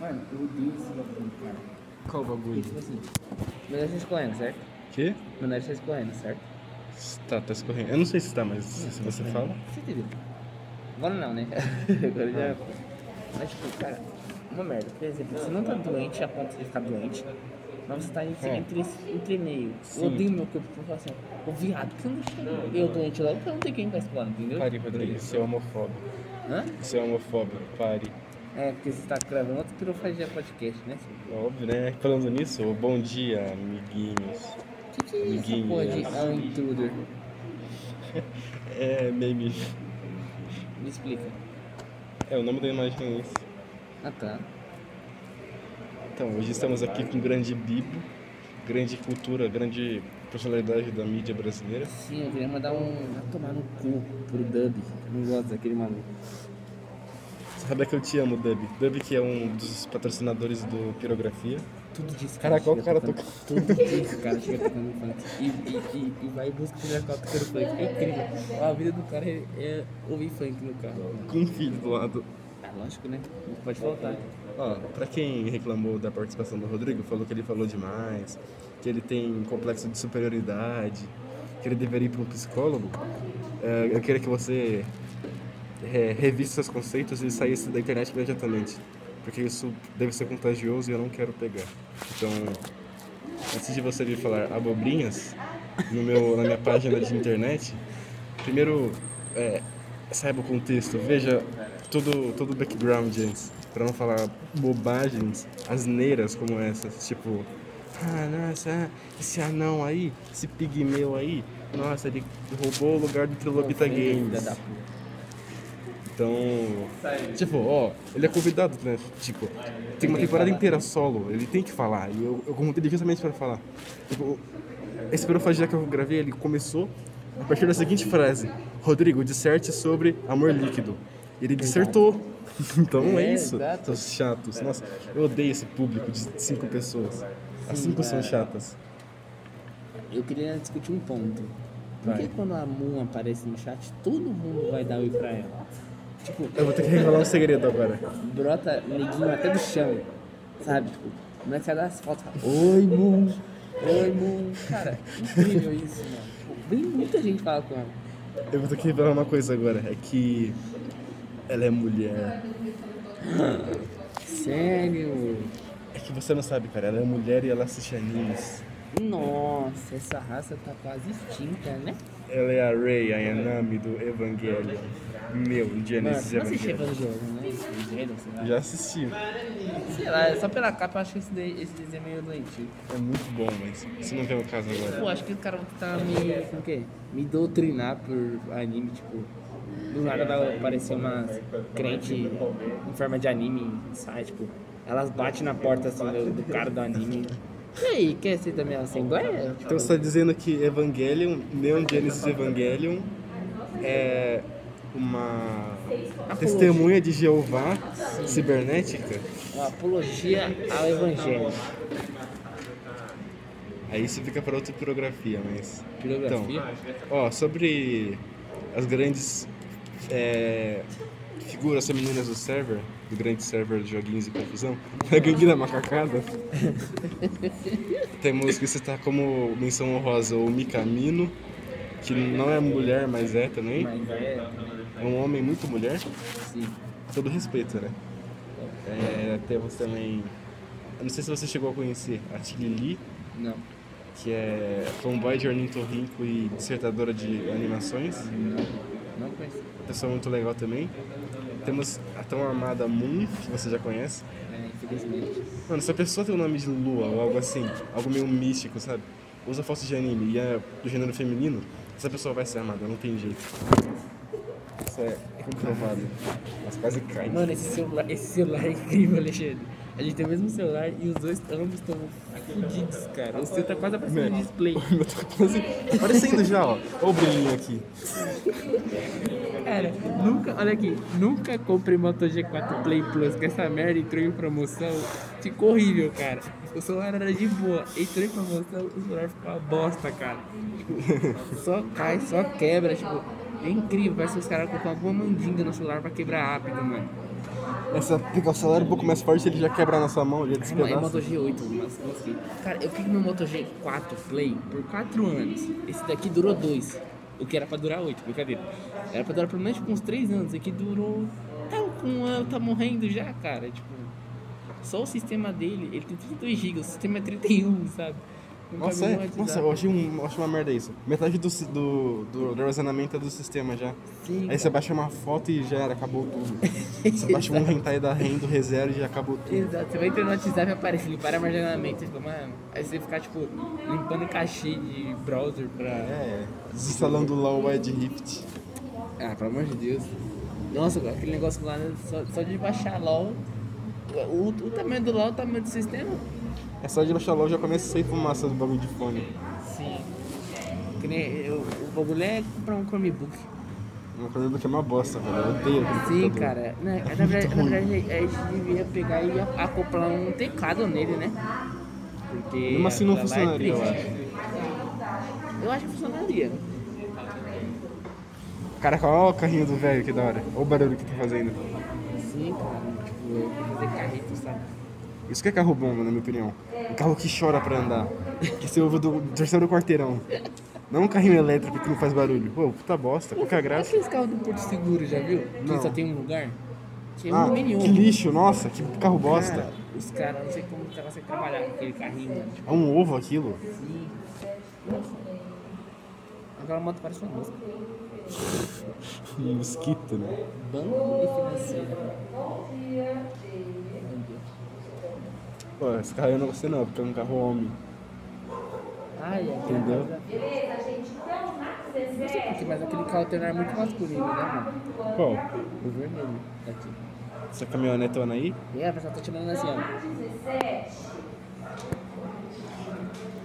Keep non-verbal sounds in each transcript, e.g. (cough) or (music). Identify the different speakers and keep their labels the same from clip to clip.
Speaker 1: Mano, eu odeio esse bagulho, cara.
Speaker 2: Qual o
Speaker 1: Porque,
Speaker 2: bagulho?
Speaker 1: tipo assim, melhor vocês correndo, certo?
Speaker 3: Que?
Speaker 1: Melhor vocês correndo, certo?
Speaker 3: Tá, tá escorrendo. Eu não sei se tá, mas se você fala.
Speaker 1: Você entendeu? Agora não, né? (laughs) Agora já. Mas, tipo, cara, uma merda. Por exemplo, você não tá doente a ponto de ficar doente, mas você tá entre,
Speaker 3: É.
Speaker 1: entre, entre meio. Eu
Speaker 3: Sim.
Speaker 1: odeio meu corpo por falar assim, ó, ô viado, por que eu não deixa eu doente logo? Porque eu não tenho quem vai escola, entendeu?
Speaker 3: Pare, Rodrigo, você é homofóbico.
Speaker 1: Hã?
Speaker 3: Você é homofóbico, pare.
Speaker 1: É, porque você tá gravando outro pirofagia podcast, né? seu?
Speaker 3: É Óbvio, né? Falando nisso, bom dia, amiguinhos.
Speaker 1: Que que é essa
Speaker 3: Amiguinho,
Speaker 1: porra de
Speaker 3: né?
Speaker 1: ah, um intruder?
Speaker 3: É meme.
Speaker 1: Me explica.
Speaker 3: É o nome da imagem é esse.
Speaker 1: Ah, tá.
Speaker 3: Então, hoje estamos aqui com o grande Bibo, grande cultura, grande personalidade da mídia brasileira.
Speaker 1: Sim, eu queria mandar um. Vai tomar no cu pro Dub. Eu não gosto daquele maluco.
Speaker 3: Você sabe que eu te amo, Dub. Dub que é um dos patrocinadores do Pirografia.
Speaker 1: Tudo disso.
Speaker 3: Caraca, olha o
Speaker 1: chega
Speaker 3: cara
Speaker 1: tocando- Tudo disso, cara, chega tocando funk. E, e, e, e vai em busca de Jacó tocando funk. É incrível. A vida do cara é, é ouvir funk no carro.
Speaker 3: Com um filho do lado.
Speaker 1: Ah, lógico, né? Não pode faltar.
Speaker 3: Ó, pra quem reclamou da participação do Rodrigo, falou que ele falou demais, que ele tem um complexo de superioridade, que ele deveria ir pra um psicólogo, é, eu queria que você é, revisse seus conceitos e saísse da internet imediatamente. Porque isso deve ser contagioso e eu não quero pegar. Então, antes de você vir falar abobrinhas no meu, na minha página de internet, primeiro é, saiba o contexto, veja todo, todo o background antes, pra não falar bobagens, asneiras como essas, tipo, ah, nossa, ah, esse anão aí, esse pigmeu aí, nossa, ele roubou o lugar do Trilobita
Speaker 1: Filha
Speaker 3: Games.
Speaker 1: da puta.
Speaker 3: Então, tipo, ó, ele é convidado, né? Tipo, tem uma temporada inteira solo, ele tem que falar. E eu, eu convidei ele justamente pra falar. Tipo, esse pirofagia que eu gravei, ele começou a partir da seguinte frase: Rodrigo, disserte sobre amor líquido. Ele dissertou. (laughs) Então é,
Speaker 1: É,
Speaker 3: isso.
Speaker 1: exato.
Speaker 3: Seus chatos. Nossa, eu odeio esse público de cinco pessoas. As
Speaker 1: Sim,
Speaker 3: cinco são
Speaker 1: cara.
Speaker 3: chatas.
Speaker 1: Eu queria discutir um ponto. Por
Speaker 3: Vai.
Speaker 1: que quando a Moon aparece no chat, todo mundo vai dar oi pra ela? Tipo,
Speaker 3: Eu vou ter que revelar um segredo agora.
Speaker 1: brota neguinho até do chão, sabe? Tipo, a molecada das fotos fala, oi, Moon, oi, Moon. Cara, incrível isso, mano. Tipo, Vem muita gente falar com ela.
Speaker 3: Eu vou ter que revelar uma coisa agora: é que ela é mulher.
Speaker 1: Sério?
Speaker 3: É que você não sabe, cara. Ela é mulher e ela assiste animes.
Speaker 1: Nossa, essa raça tá quase extinta, né?
Speaker 3: Ela é a Rei, a Yanami do Evangelion. Meu,
Speaker 1: Mano,
Speaker 3: Genesis
Speaker 1: você não assiste
Speaker 3: Evangelion.
Speaker 1: Evangelho, né? Evangelho, sei lá.
Speaker 3: é Já assisti.
Speaker 1: Sei lá, é só pela capa eu acho que esse, de, esse desenho é meio doentio.
Speaker 3: É muito bom, mas você não vê o caso
Speaker 1: Pô,
Speaker 3: agora.
Speaker 1: acho que o cara tá me. Como que é? Me doutrinar por anime, tipo. Do nada vai aparecer uma crente em forma de anime, sai, tipo. Elas batem na porta assim do, do cara do anime. E aí, quer ser da minha assembleia?
Speaker 3: Então você tá dizendo que Evangelion, Neon Genesis Evangelion, é uma testemunha de Jeová cibernética?
Speaker 1: Uma apologia ao evangelho.
Speaker 3: Aí isso fica pra outra pirografia, mas.
Speaker 1: Pirografia?
Speaker 3: Então, ó, sobre as grandes é, figuras femininas do server, do grande server de joguinhos e confusão, (laughs) a é gangue da macacada, temos que citar como menção honrosa o Mikamino, que não é mulher, mas é também.
Speaker 1: Mas é.
Speaker 3: É um homem muito mulher,
Speaker 1: Sim.
Speaker 3: todo respeito, né? É, temos também. Eu não sei se você chegou a conhecer a Tilly
Speaker 1: Não.
Speaker 3: que é fanboy de ornitorrinco e dissertadora de animações.
Speaker 1: Não conheço.
Speaker 3: Pessoa muito legal também. Temos a tão amada Moon, que você já conhece.
Speaker 1: É, infelizmente.
Speaker 3: Mano, se a pessoa tem o nome de Lua ou algo assim, algo meio místico, sabe? Usa foto de anime e é do gênero feminino, essa pessoa vai ser amada, não tem jeito. Isso é comprovado. Mas quase cai.
Speaker 1: Mano, esse celular, esse celular é incrível, Alexandre. A gente tem o mesmo celular e os dois, ambos estão fodidos, cara. O seu tá quase aparecendo no
Speaker 3: Mano.
Speaker 1: display.
Speaker 3: O meu tá quase aparecendo já, ó. Olha o brilhinho aqui.
Speaker 1: (laughs) Cara, nunca, olha aqui, nunca compre Moto G4 Play Plus, que essa merda entrou em promoção. Ficou horrível, cara. O celular era de boa, entrou em promoção, o celular ficou uma bosta,
Speaker 3: (laughs)
Speaker 1: cara. Tipo, só cai, só quebra, tipo, é incrível. Parece que os caras colocam alguma mandinga no celular pra quebrar rápido, mano.
Speaker 3: Essa pegar o celular um pouco mais forte, ele já quebra na sua mão, ele já
Speaker 1: Ai, mano, é Moto
Speaker 3: despedaça.
Speaker 1: G8, mas gostei. Cara, eu fiquei com meu Moto G4 Play por 4 anos. Esse daqui durou 2. O que era pra durar 8, brincadeira. Era pra durar pelo menos tipo, uns 3 anos. Esse aqui durou. Tá com um ano, tá morrendo já, cara. Tipo, só o sistema dele, ele tem 32 GB, o sistema é 31, sabe? Não
Speaker 3: Nossa,
Speaker 1: cabe
Speaker 3: é.
Speaker 1: no WhatsApp.
Speaker 3: Nossa, eu achei, um, eu achei uma merda isso. Metade do, si- do, do, do armazenamento é do sistema já.
Speaker 1: Sim,
Speaker 3: Aí você baixa uma foto e já era, acabou tudo. Você baixa um hentai da REM do reserva e já acabou
Speaker 1: (laughs)
Speaker 3: tudo.
Speaker 1: Exato, você vai entrar no WhatsApp e aparece limpar armazenamento, você fica, mano. Aí você ficar, tipo, limpando cachê de browser pra.
Speaker 3: É, desinstalando lá o Wild Rift.
Speaker 1: Ah, pelo amor de Deus. Nossa, aquele negócio lá, né? só, só de baixar LOL. O, o tamanho do LOL é o tamanho do sistema?
Speaker 3: É só de baixar logo já começa a sair fumaça do bagulho de fone.
Speaker 1: Sim. Que nem, eu, o bagulho é comprar um Chromebook.
Speaker 3: Meu Chromebook é uma bosta, velho. Eu odeio aquele
Speaker 1: Sim,
Speaker 3: computador.
Speaker 1: cara. Né,
Speaker 3: Tá
Speaker 1: na, verdade, na verdade, a gente devia pegar e a- acoplar um teclado nele, né? Porque.
Speaker 3: Mesmo assim não
Speaker 1: aquela lá é
Speaker 3: funcionaria, eu
Speaker 1: triste. Eu acho que funcionaria.
Speaker 3: Caraca, olha o carrinho do velho, que da hora. Olha o barulho que tá fazendo.
Speaker 1: Sim, cara. Tipo, fazer carrito, sabe?
Speaker 3: Isso que é carro bom, na minha opinião. Um carro que chora pra andar. Que você ouve do terceiro quarteirão. Não um carrinho elétrico que não faz barulho. Pô, puta bosta, qual que é a graça?
Speaker 1: Aqueles carros do Porto Seguro, já viu? Que
Speaker 3: Não.
Speaker 1: só tem um lugar? Que é um
Speaker 3: Ah,
Speaker 1: mini
Speaker 3: que
Speaker 1: Uno.
Speaker 3: lixo, nossa, que carro bosta.
Speaker 1: Cara, É, os caras, não sei como os caras conseguem trabalhar com aquele carrinho, mano. Tipo
Speaker 3: É um ovo aquilo.
Speaker 1: assim. Aquela moto parece uma música.
Speaker 3: Um mosquito, né?
Speaker 1: Banco e financeira.
Speaker 3: Pô, esse carro eu não gostei não, porque é um carro homem.
Speaker 1: Ai, é
Speaker 3: Entendeu?
Speaker 1: Não sei porquê, mas aquele carro tem um ar muito masculino, né, mano?
Speaker 3: Qual?
Speaker 1: O vermelho. Aqui.
Speaker 3: Essa caminhonetona aí?
Speaker 1: E a pessoa tá tirando assim, ó.
Speaker 3: É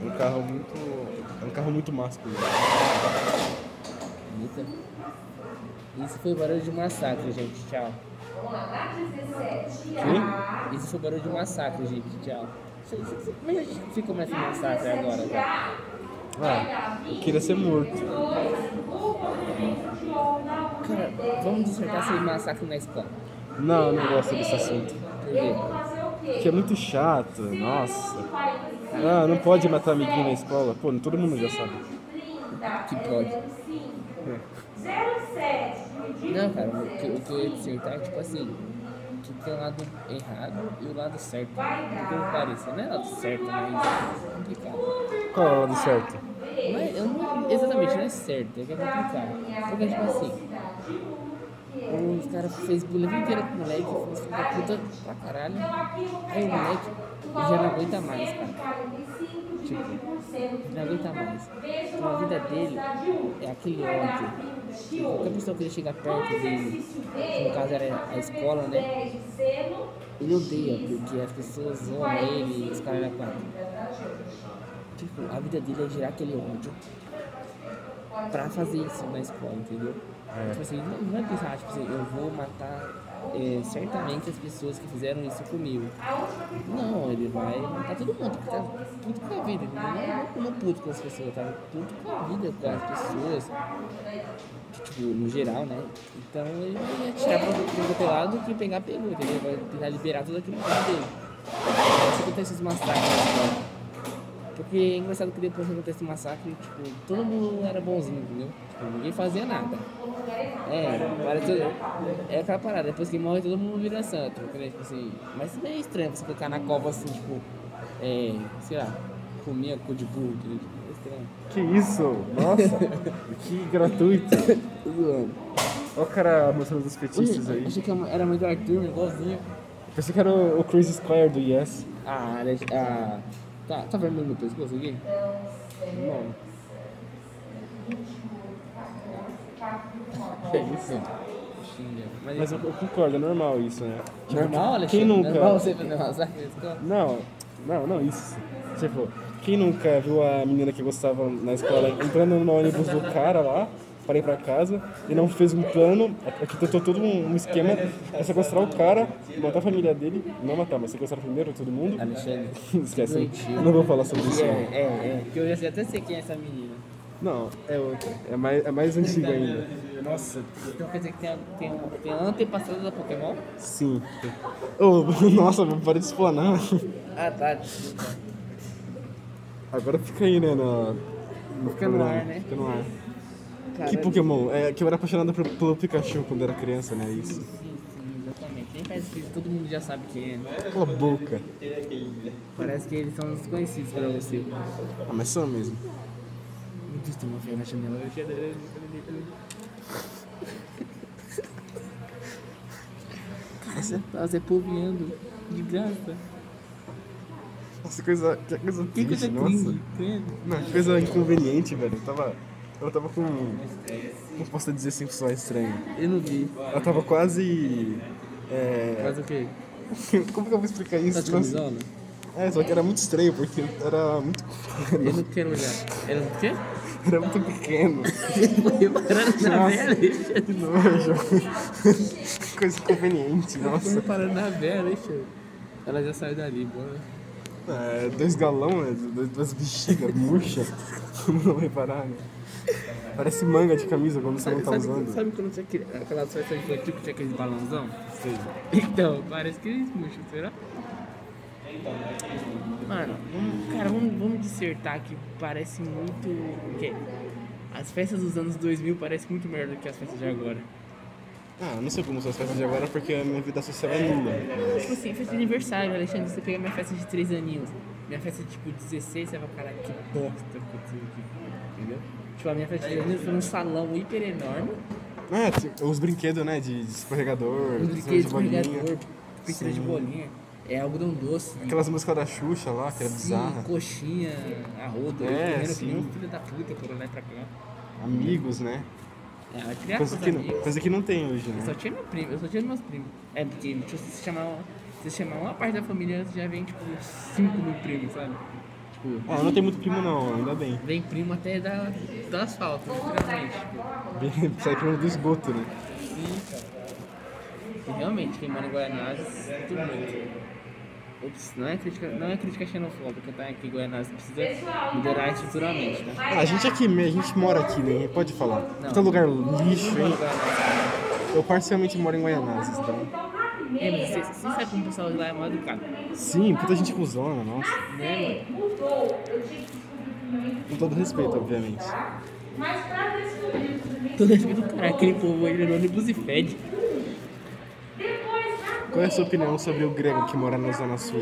Speaker 3: um carro muito. É um carro muito masculino.
Speaker 1: Bonita. Isso foi o barulho de um massacre, gente. Tchau.
Speaker 3: Que?
Speaker 1: Isso foi o barulho de um massacre, gente. Tchau. Mas a gente fica mais um massacre agora, tá?
Speaker 3: Ah, eu queria ser morto.
Speaker 1: Cara, vamos dissertar sobre massacre na escola.
Speaker 3: Não, eu não gosto desse assunto.
Speaker 1: Por quê?
Speaker 3: Que é muito chato, nossa. Ah, não pode matar amiguinho na escola. Pô, todo mundo já sabe.
Speaker 1: Que pode. É. Não, cara, o que, o que eu ia dissertar é tipo assim: que tem o lado errado e o lado certo. Porque eu pareço, não é lado certo, mas é complicado.
Speaker 3: Qual é o lado certo?
Speaker 1: Não é, eu não- exatamente, não é certo, é que é complicado. Porque tipo assim. Os caras fez bullying a vida inteira com o moleque, foi filho da puta pra caralho. Aí o moleque já não aguenta mais, cara. Tipo, não aguenta mais. Então a vida dele é aquele ódio. Qualquer pessoa que ele chega perto Um dele, que no caso era a escola, né? Ele odeia, porque as pessoas zoam ele e os caras eram quatro. Tipo, a vida dele é gerar aquele ódio pra fazer isso na escola, entendeu? Tipo assim, não, não é pensar, tipo assim, eu vou matar é, certamente as pessoas que fizeram isso comigo. Não, ele vai matar todo mundo, porque tá puto com a vida, entendeu? Não, não, não puto com as pessoas, tá puto com a vida, com as pessoas tipo, no geral, né? Então ele vai atirar pro pro outro lado que pegar pegou, entendeu? Vai tentar liberar tudo aquilo que dele. Por isso que acontece Tipo, esses massacres na escola. Porque é engraçado que depois que acontece o massacre, tipo, todo mundo era bonzinho, entendeu? Tipo, ninguém fazia nada. É, para todo... é aquela parada, depois que morre todo mundo vira santo, entendeu? Tipo assim, mas é meio estranho você ficar na cova assim, tipo, é, sei lá, comia cu de burro, entendeu? É estranho.
Speaker 3: Que isso? Nossa, (laughs) que gratuito. Olha o cara mostrando os fetiches aí.
Speaker 1: Ui, achei que era a mãe do Arthur, igualzinho.
Speaker 3: Pensei que era o o Crazy Squire do Yes.
Speaker 1: Ah, né, ah, tá, tá vermelho no pescoço aqui? Não. É isso? Mas,
Speaker 3: Mas eu, eu concordo, é normal isso, né? Tipo,
Speaker 1: normal, Alexandre?
Speaker 3: Quem nunca?
Speaker 1: Normal você fazer uma saca na escola?
Speaker 3: Não, não, não, isso. Tipo, quem nunca viu a menina que gostava na escola entrando no ônibus do cara lá, parei pra casa, e não fez um plano, arquitetou todo um um esquema pra sequestrar o cara, matar a família dele, não matar, mas sequestrar primeiro todo mundo.
Speaker 1: Alexandre.
Speaker 3: (laughs) Esquece, hein?
Speaker 1: Doentio.
Speaker 3: não vou falar sobre isso.
Speaker 1: É,
Speaker 3: não.
Speaker 1: é, é. Que eu já sei, até sei quem é essa menina.
Speaker 3: Não, é outra. É mais, é mais antiga ainda.
Speaker 1: Nossa, então quer dizer que tem, tem, tem antepassado da Pokémon?
Speaker 3: Sim. Oh, (laughs) nossa, para de explanar.
Speaker 1: Ah, tá. desculpa.
Speaker 3: Agora fica aí, né? Na, no
Speaker 1: Fica no ar, né?
Speaker 3: Fica no ar. Que
Speaker 1: Cara,
Speaker 3: Pokémon? É que eu era apaixonado por- pelo Pikachu quando era criança, né? Isso.
Speaker 1: Sim, sim, exatamente. Nem faz sentido, todo mundo já sabe quem é.
Speaker 3: Cala a boca.
Speaker 1: Parece que eles são desconhecidos pra você.
Speaker 3: Ah, mas são mesmo.
Speaker 1: Não costuma ver na janela. Nossa, tá zepoviando de graça.
Speaker 3: Nossa, que coisa, que coisa
Speaker 1: Que
Speaker 3: triste,
Speaker 1: coisa
Speaker 3: nossa.
Speaker 1: cringe, tá vendo?
Speaker 3: Não, que coisa inconveniente, velho. Eu tava, eu tava com... Como posso dizer assim, só estranho?
Speaker 1: Eu não vi.
Speaker 3: Ela tava quase. É... (laughs)
Speaker 1: Faz o quê?
Speaker 3: Como que eu vou explicar isso?
Speaker 1: Tá de camisona?
Speaker 3: É, só que era muito estranho, porque era muito. (laughs)
Speaker 1: Eu não quero olhar. Era o quê?
Speaker 3: era muito pequeno. (laughs)
Speaker 1: Eu parando na
Speaker 3: Nossa.
Speaker 1: velha.
Speaker 3: Que nojo. (laughs) Coisa inconveniente, nossa.
Speaker 1: Eu parando na velha, deixa. Ela já saiu dali, bora.
Speaker 3: É, dois galão, né? Dois- Duas bexigas murcha. (laughs) Como não reparar, né? Parece manga de camisa quando você não
Speaker 1: Sabe,
Speaker 3: tá
Speaker 1: sabe-
Speaker 3: usando.
Speaker 1: sabe quando tinha aquele- aquelas festas infantil tipo que tinha aquele balãozão?
Speaker 3: Sei.
Speaker 1: Então, parece que eles murcham, será? Mano, vamos, cara, vamos, vamos dissertar que parece muito. o quê? As festas dos anos 2000 parecem muito melhor do que as festas de agora.
Speaker 3: Ah, não sei como são as festas de agora porque a minha vida social é nula.
Speaker 1: Tipo assim, festa de aniversário, Alexandre, você pega minha festa de 3 aninhos. Minha festa de tipo 16, você vai, caralho, que bosta que eu tive aqui. Entendeu? Tipo, a minha festa de 3 aninhos foi num salão hiper enorme.
Speaker 3: Ah, t- os brinquedos, né? De de escorregador,
Speaker 1: Um
Speaker 3: de
Speaker 1: brinquedo de
Speaker 3: bolinha.
Speaker 1: bolinha. Pintura de
Speaker 3: Sim.
Speaker 1: bolinha. É algodão doce.
Speaker 3: Aquelas músicas da Xuxa lá, que era
Speaker 1: Sim,
Speaker 3: bizarra.
Speaker 1: coxinha, arrodo,
Speaker 3: É,
Speaker 1: comendo que
Speaker 3: sim.
Speaker 1: nem um filho da puta por lá e pra cá.
Speaker 3: Amigos, né?
Speaker 1: É, vai criar
Speaker 3: Coisa
Speaker 1: coisa
Speaker 3: que, não,
Speaker 1: amigos.
Speaker 3: coisa que não tem hoje,
Speaker 1: Eu só
Speaker 3: né?
Speaker 1: tinha meu primo, eu só tinha meus primos. É, porque tipo, se você chamar, se você chamar uma parte da família, você já vem, tipo, uns cinco mil primos, sabe? Tipo,
Speaker 3: Ah, não tem muito primo não, ainda bem. (laughs)
Speaker 1: vem primo até da, do asfalto, literalmente.
Speaker 3: Sai primo do esgoto, né?
Speaker 1: E realmente, quem mora em Guaianazes, tudo muito. Ops, não é crítica, não é crítica xenofóbica, tá? É que Guaianazes precisa melhorar estruturalmente, tá?
Speaker 3: Ah, a gente aqui, a gente mora aqui, né? Pode falar.
Speaker 1: Não.
Speaker 3: Puta lugar lixo, hein?
Speaker 1: Guaianazes.
Speaker 3: Eu parcialmente moro em Guaianazes, tá?
Speaker 1: É, mas você, você sabe como o pessoal de lá é mal educado, né?
Speaker 3: Sim, puta gente cuzona, nossa.
Speaker 1: mano?
Speaker 3: Com todo respeito, obviamente.
Speaker 1: Todo respeito do caralho, aquele povo aí no ônibus e fede.
Speaker 3: Qual é a sua opinião sobre o grego que mora na Zona Sul?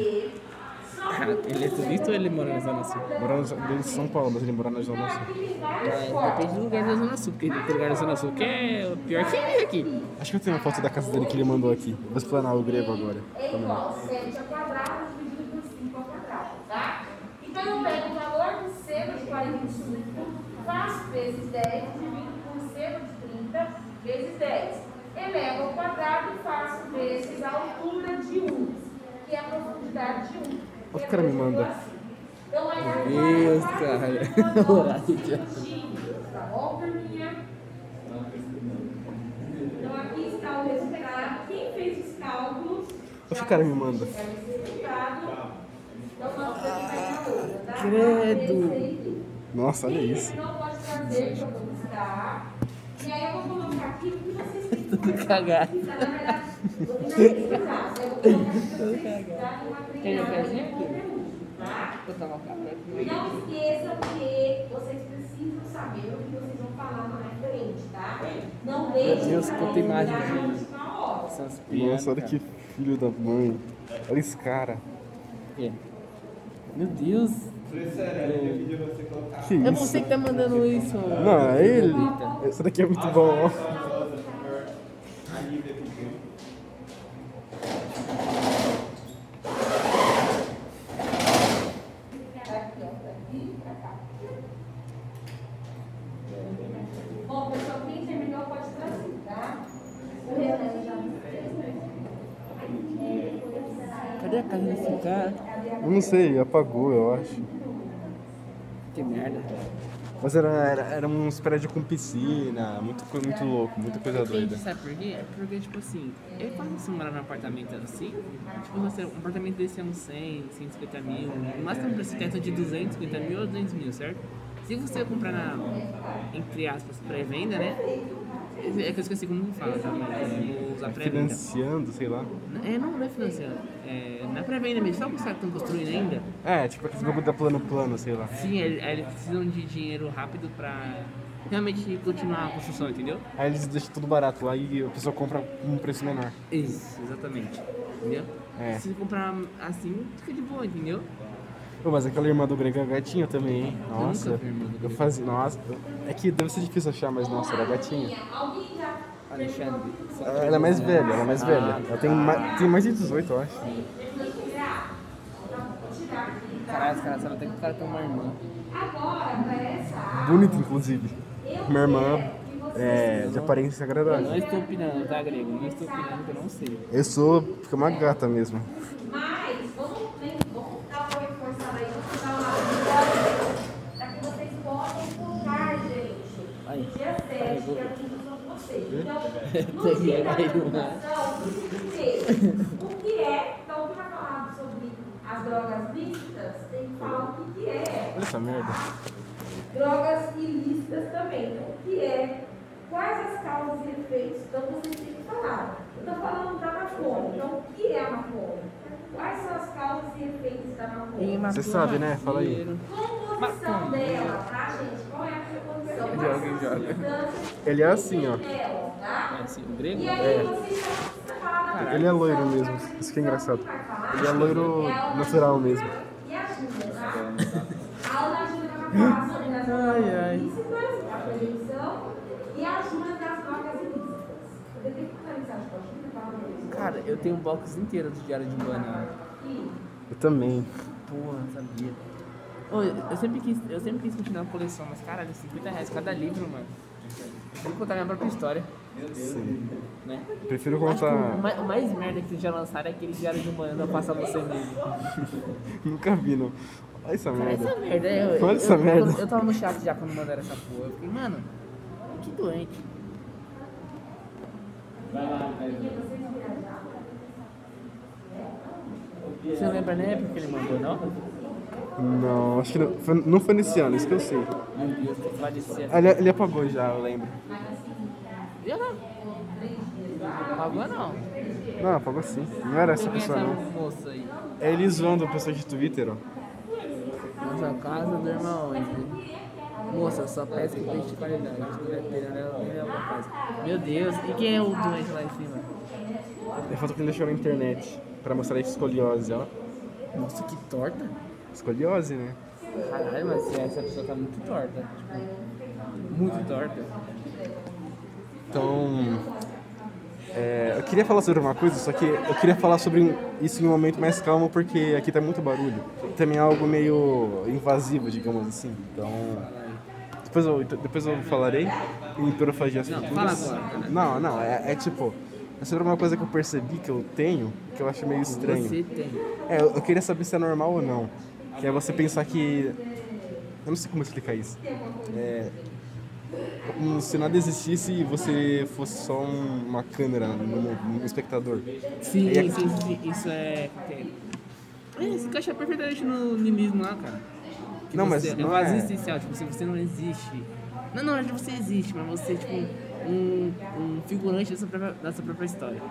Speaker 1: Ah, Ele é turista ou ele mora na Zona Sul?
Speaker 3: Mora na Zona- ele é de São Paulo, mas ele mora na Zona Sul.
Speaker 1: Ah,
Speaker 3: tá
Speaker 1: depende do lugar da Zona Sul, porque tem lugar da Zona Sul que é o pior que é aqui.
Speaker 3: Acho que eu tenho uma foto da casa dele que ele mandou aqui. Vou explanar o grego agora. Tá
Speaker 2: é igual 7 ao quadrado dividido por 5 ao quadrado, tá? Então eu pego o valor do seno de 45, faço vezes 10, divido por seno de 30, vezes 10. Elevo ao quadrado e faço vezes a altura de 1, que é a profundidade de 1.
Speaker 3: Olha o que o cara me manda.
Speaker 2: Então vai dar
Speaker 1: Deus, (laughs)
Speaker 2: 45
Speaker 1: cara.
Speaker 2: quadrados
Speaker 1: Horário de-
Speaker 2: centímetros, tá bom, turminha? Então aqui está o resultado. Quem fez os cálculos?
Speaker 3: Acho que o cara me manda.
Speaker 2: É o resultado. Então nós vamos sair na outra, tá?
Speaker 1: Credo.
Speaker 3: Nossa, olha
Speaker 2: Quem
Speaker 3: isso.
Speaker 2: não pode trazer para buscar. E aí eu vou colocar aqui o que vocês têm que
Speaker 1: (laughs) Tudo cagado.
Speaker 2: pesquisar. Na verdade, vou pesquisar. Eu vou colocar aqui para vocês darem uma
Speaker 1: Quer um
Speaker 2: treinada
Speaker 1: pezinho?
Speaker 2: no conteúdo, tá?
Speaker 1: Vou tomar um café comigo.
Speaker 2: Não esqueçam que vocês precisam saber o que vocês vão falar lá na frente, tá? Não deixem
Speaker 1: Deus,
Speaker 2: pra
Speaker 1: quanta
Speaker 2: lembrar
Speaker 1: imagem
Speaker 2: na
Speaker 1: de-
Speaker 2: última hora.
Speaker 1: São as pianas,
Speaker 3: Nossa, olha
Speaker 1: cara.
Speaker 3: que filho da mãe. Olha esse cara.
Speaker 1: É. Meu Deus.
Speaker 3: Que
Speaker 1: É
Speaker 3: isso?
Speaker 1: você que tá mandando isso.
Speaker 3: Não, é ele.
Speaker 1: Lolita.
Speaker 3: Esse daqui é muito bom, ó.
Speaker 2: Bom, pessoal, quem terminou pode trazer, tá? O restante já não né?
Speaker 1: Cadê a casa desse cara?
Speaker 3: Eu não sei, apagou, eu acho.
Speaker 1: Que merda.
Speaker 3: Mas era, era, era uns prédios com piscina, muito, co- muito louco, muita coisa Tá doida.
Speaker 1: Gente, sabe por quê? É porque, tipo assim, é fácil você morar num apartamento assim. Tipo, você, um apartamento desse é uns 100, 150 mil. né? No máximo, preço teto de 250 mil ou 200 mil, certo? Se você comprar na, entre aspas, pré-venda, né? É que eu esqueci como fala, tá? Mas eu
Speaker 3: É
Speaker 1: vou usar pré-venda.
Speaker 3: Financiando, sei lá.
Speaker 1: É, não, não é financiando. É, na pré-venda mesmo, sabe o que estão construindo ainda?
Speaker 3: É, tipo aquele bagulho da plano plano, sei lá.
Speaker 1: Sim, aí aí eles precisam de dinheiro rápido pra realmente continuar a construção, entendeu?
Speaker 3: Aí eles deixam tudo barato lá e a pessoa compra com um preço menor.
Speaker 1: Isso, exatamente. Entendeu?
Speaker 3: É.
Speaker 1: Se comprar assim, fica de boa, entendeu?
Speaker 3: Pô, mas aquela irmã do Greg é gatinha também, hein? Nossa.
Speaker 1: nunca vi irmã do
Speaker 3: Eu
Speaker 1: Greg.
Speaker 3: fazia, nossa. É que deve ser difícil achar, mas nossa, era gatinha.
Speaker 2: Alguém já
Speaker 1: Alexandre.
Speaker 3: Ela é mais velha, ela é mais velha. Ela tem, ma- tem mais de 18, eu acho.
Speaker 1: Caralho, cara, sabe até que o cara tem uma irmã.
Speaker 2: agora para essa área
Speaker 3: Bonita, inclusive. Minha irmã é de aparência
Speaker 1: Eu não
Speaker 3: agradável.
Speaker 1: estou opinando, tá, Grego? Não estou opinando que eu não sei.
Speaker 3: Eu sou fica uma gata mesmo.
Speaker 2: Mas vamos, né, vamos dar uma reforçada aí, vamos dar uma ajuda para que vocês possam colocar, gente.
Speaker 1: Aí. Hum?
Speaker 2: Dia 7, que é o que eu com vocês. Então, no
Speaker 1: (laughs) Tem
Speaker 2: dia da
Speaker 1: aí uma.
Speaker 2: apresentação, primeiro, o que é? Então, o que vai falar sobre as drogas lícitas? Tem que falar o que que é.
Speaker 3: Olha essa merda.
Speaker 2: drogas ilícitas também. Então, o que é? Quais as causas e efeitos? Então vocês têm que falar. Eu estou falando da maconha. Então o que é a maconha? Quais são as causas e efeitos da maconha?
Speaker 3: Você sabe, né? Fala aí.
Speaker 2: Composição dela, tá, gente? Qual é a composição? Quais são as substâncias
Speaker 3: Ele é assim, ó.
Speaker 2: que tem nela, tá?
Speaker 1: É assim, o Grego?
Speaker 2: E aí vocês só precisam falar da
Speaker 3: Ele é loiro mesmo. Isso que é engraçado. Ele é loiro natural mesmo.
Speaker 2: E ajuda, tá? A aula ajuda a falar sobre as drogas ilícitas, a proibição e a ajuda das drogas ilícitas. Eu tenho que analisar as coisas, não falo mesmo.
Speaker 1: Cara, eu tenho um box inteiro do Diário de um Banana.
Speaker 2: E
Speaker 3: Eu também.
Speaker 1: Porra, sabia. Ô, eu, sempre quis, eu sempre quis continuar a coleção, mas caralho, 50 reais cada livro, mano. Eu Vou contar minha própria história,
Speaker 3: Sim.
Speaker 1: né?
Speaker 3: Prefiro
Speaker 1: Acho que
Speaker 3: (laughs)
Speaker 1: o,
Speaker 3: contar.
Speaker 1: mais, o mais merda que vocês já lançaram é aquele Diário de um Banana Passa Você Mesmo.
Speaker 3: Nunca vi, não. Olha essa
Speaker 1: Cara, essa
Speaker 3: merda.
Speaker 1: merda, né, eu,
Speaker 3: Olha
Speaker 1: eu,
Speaker 3: essa
Speaker 1: eu-
Speaker 3: merda.
Speaker 1: eu- eu tava no chat já quando mandaram essa porra. Eu fiquei, mano, que doente. Você não lembra nem a época que ele mandou, não?
Speaker 3: Não, acho que não foi, não foi nesse ano, isso que eu sei.
Speaker 1: Meu Deus, que padecia.
Speaker 3: Ele, é, ele apagou já, eu lembro.
Speaker 1: Eu não. Agora não.
Speaker 3: Não, apagou sim. Não era essa
Speaker 1: Quem é
Speaker 3: pessoa,
Speaker 1: essa
Speaker 3: não.
Speaker 1: moça aí?
Speaker 3: É eles zoando a pessoa de Twitter, ó.
Speaker 1: Nossa casa do irmão hoje. Moça, só pesca e peixe de qualidade. Tudo é pena, né? É uma casa. Meu Deus, e quem é o doente lá em cima?
Speaker 3: É foto que ele deixou na internet pra mostrar a escoliose, ó.
Speaker 1: Nossa, que torta.
Speaker 3: Escoliose, né?
Speaker 1: Caralho, mas essa pessoa tá muito torta. Tipo, muito torta.
Speaker 3: Então, é, eu queria falar sobre uma coisa, só que eu queria falar sobre um- isso em um momento mais calmo, porque aqui tá muito barulho. Também é algo meio invasivo, digamos assim. Então, depois eu, depois eu falarei em porofagias
Speaker 1: Não,
Speaker 3: futuras.
Speaker 1: fala agora, cara.
Speaker 3: Não, não, é, é tipo, é sobre uma coisa que eu percebi que eu tenho, que eu acho meio estranho.
Speaker 1: Você tem.
Speaker 3: É, eu eu queria saber se é normal ou não. Que é você pensar que. Eu não sei como explicar isso. É. Como se nada existisse e você fosse só um- uma câmera, um, um espectador.
Speaker 1: Sim,
Speaker 3: E é-
Speaker 1: sim, sim, isso é. é, Isso encaixa perfeitamente no nilismo lá, cara. Que
Speaker 3: Não, mas
Speaker 1: você
Speaker 3: não
Speaker 1: é.
Speaker 3: é-
Speaker 1: existencial, tipo, se você não existe. Não, não, você existe, mas você é tipo um, um figurante da sua própria, da sua própria história.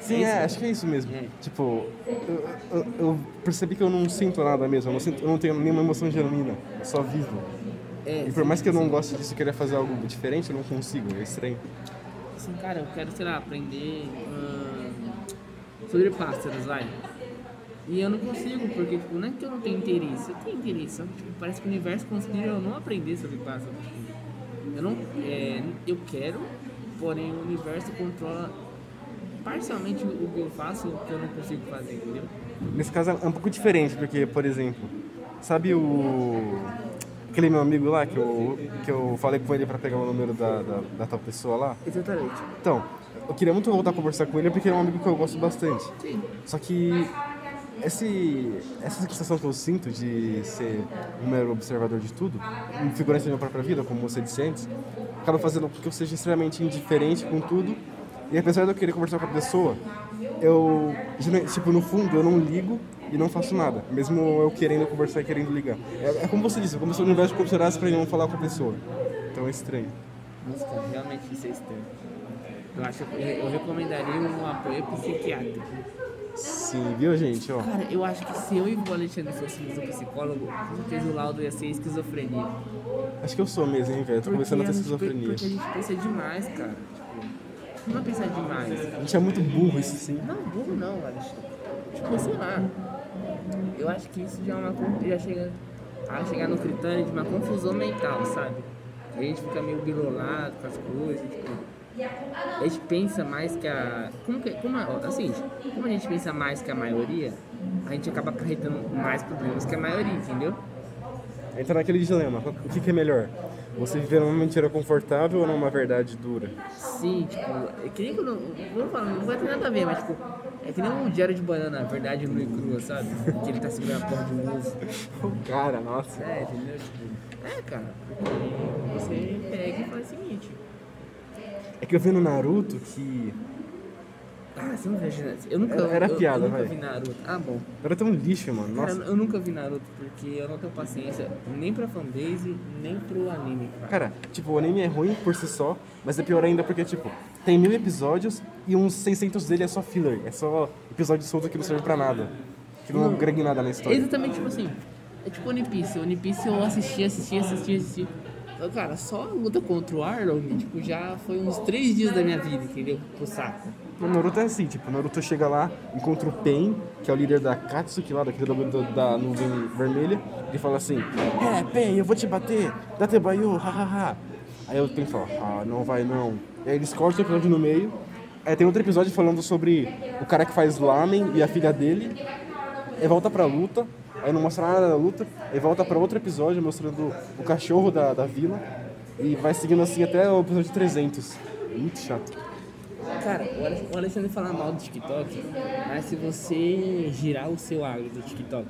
Speaker 3: Sim, é, acho que é isso mesmo.
Speaker 1: É.
Speaker 3: Tipo, eu, eu- eu percebi que eu não sinto nada mesmo, eu não, sinto- eu não tenho nenhuma emoção genuína, eu só vivo.
Speaker 1: É,
Speaker 3: E por mais que eu não goste disso e queira fazer algo diferente, eu não consigo, é estranho.
Speaker 1: assim, cara, eu quero, sei lá, aprender hum, sobre pássaros, vai. E eu não consigo, porque tipo, não é que eu não tenho interesse, eu tenho interesse, só que tipo, parece que o universo conseguiu eu não aprender sobre pássaros. Tipo, eu não. é, eu quero, porém o universo controla parcialmente o que eu faço, o que eu não consigo fazer, entendeu?
Speaker 3: Nesse caso é um pouco diferente, porque, por exemplo, sabe o. aquele meu amigo lá que eu, que eu falei com ele pra pegar o número da, da, da tal pessoa lá?
Speaker 1: Exatamente.
Speaker 3: Então, eu queria muito voltar a conversar com ele porque ele é um amigo que eu gosto bastante.
Speaker 1: Sim.
Speaker 3: Só que esse, essa sensação que eu sinto de ser um mero observador de tudo, um figurante da minha própria vida, como você disse antes, acaba fazendo com que eu seja extremamente indiferente com tudo. E apesar de eu querer conversar com a pessoa, eu, gene- tipo, no fundo, eu não ligo e não faço nada, mesmo eu querendo conversar e querendo ligar. É, é como você disse, é como se o universo considerasse pra eu não falar com a pessoa. Então é estranho.
Speaker 1: Nossa, cara, realmente isso é estranho. Eu acho que eu recomendaria um apoio psiquiátrico.
Speaker 3: Sim, viu, gente? Ó,
Speaker 1: Cara, eu acho que se eu e o Alexandre fôssemos um psicólogo, com certeza o laudo ia ser esquizofrenia.
Speaker 3: acho que eu sou mesmo, hein, velho? Tô começando a ter
Speaker 1: gente-
Speaker 3: esquizofrenia.
Speaker 1: Porque a gente pensa demais, cara. Tipo, não é pensar demais.
Speaker 3: A gente é muito burro, isso sim.
Speaker 1: Não, burro não, Alexandre. Tipo, sei lá. Eu acho que isso já é uma. con- Já chega a chegar no critério de uma confusão mental, sabe? A gente fica meio bilolado com as coisas, tipo. A gente pensa mais que a. Como que, como a- ó, assim, como a gente pensa mais que a maioria, a gente acaba acarretando mais problemas que a maioria, entendeu?
Speaker 3: Entra naquele dilema, qual- o que, que é melhor? Você viver numa mentira confortável ou numa verdade dura?
Speaker 1: Sim, tipo, é que nem quando. Vou falar, não vai ter nada a ver, mas tipo, é que nem um diário de banana, a verdade nua e crua, sabe? Que ele tá segurando a porra de um ovo.
Speaker 3: Cara, nossa.
Speaker 1: É, entendeu? Tipo, é, cara. Você pega e faz o seguinte.
Speaker 3: É que eu vi no Naruto que
Speaker 1: Ah, você não vê Naruto? Eu nunca,
Speaker 3: Era- era
Speaker 1: eu- eu,
Speaker 3: piada,
Speaker 1: nunca
Speaker 3: vai.
Speaker 1: vi Naruto. Ah, bom.
Speaker 3: Naruto é um lixo, mano.
Speaker 1: Cara,
Speaker 3: Nossa.
Speaker 1: eu nunca vi Naruto porque eu não tenho paciência nem pra fanbase, nem pro anime, cara.
Speaker 3: Cara, tipo, o anime é ruim por si só, mas é pior ainda porque, tipo, tem mil episódios e uns 600 dele é só filler. É só episódio solto que não serve pra nada. Que não agrega em nada na
Speaker 1: É
Speaker 3: história.
Speaker 1: exatamente tipo assim. É tipo One Piece. One Piece eu assisti, assisti, assisti, assisti. Eu, Cara, só a luta contra o Arlong, tipo, já foi uns três dias da minha vida, entendeu? Pro saco.
Speaker 3: No Naruto é assim, tipo, o Naruto chega lá, encontra o Pain, que é o líder da Katsuki lá, daquele da, da, da nuvem vermelha, ele fala assim, é, Pain, eu vou te bater, dá tebayu, hahaha. Aí o Pain fala, ah, não vai não. E aí eles cortam o episódio no meio, aí tem outro episódio falando sobre o cara que faz lamen e a filha dele, aí volta pra luta, aí não mostra nada da luta, aí volta pra outro episódio mostrando o cachorro da, da vila, e vai seguindo assim até o episódio 300. Muito chato.
Speaker 1: Cara, o Ale- o Alexandre fala mal do TikTok, mas se você girar o seu agro do TikTok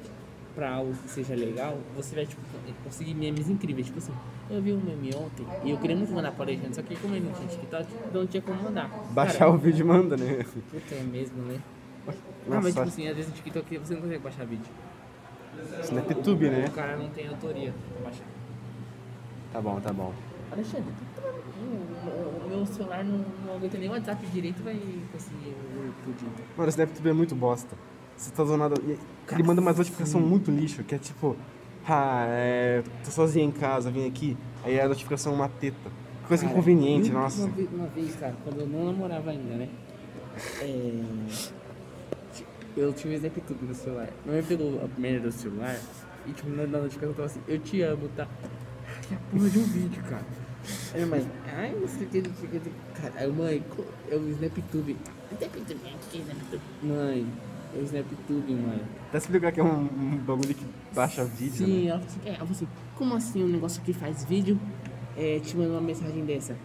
Speaker 1: pra algo que seja legal, você vai tipo, conseguir memes incríveis. Tipo assim, eu vi um meme ontem e eu queria muito mandar pro Alexandre, só que como ele não tinha TikTok, então não tinha como mandar.
Speaker 3: Baixar
Speaker 1: Cara,
Speaker 3: o vídeo e manda, né?
Speaker 1: Puta, é mesmo, né?
Speaker 3: Nossa,
Speaker 1: Não, mas tipo assim, às vezes no TikTok você não consegue baixar vídeo. tipo,
Speaker 3: SnapTube, né?
Speaker 1: O cara não tem autoria pra baixar.
Speaker 3: Tá bom, tá bom.
Speaker 1: Alexandre, tu tá- o- o meu celular não, não aguenta nem o WhatsApp direito, vai conseguir o pudim.
Speaker 3: Mano, o SnapTube é muito bosta. Você tá zonado. e Ele manda umas notificações muito lixo, que é tipo, ah, é, tô sozinho em casa, vim aqui. Aí a notificação é uma teta. Coisa
Speaker 1: Cara,
Speaker 3: inconveniente,
Speaker 1: uma-
Speaker 3: nossa.
Speaker 1: Uma vez, uma vez, cara, quando eu não namorava ainda, né? É, Eu tinha o Snaptube no celular. Minha mãe pegou a primeira do celular e, tipo, na na notificação eu tava assim: Eu te amo, tá? Que a porra de um vídeo, cara. Aí minha mãe, ai, não sei o que, não sei o que. Cara, aí, mãe, co- é o Snaptube. Snaptube, o que é Snaptube? Mãe, é o Snaptube, mãe.
Speaker 3: Até explicar que é um, um bagulho que baixa vídeo, né?
Speaker 1: Sim, ela falou assim, é, ela falou assim, como assim um negócio que faz vídeo é, te manda uma mensagem dessa?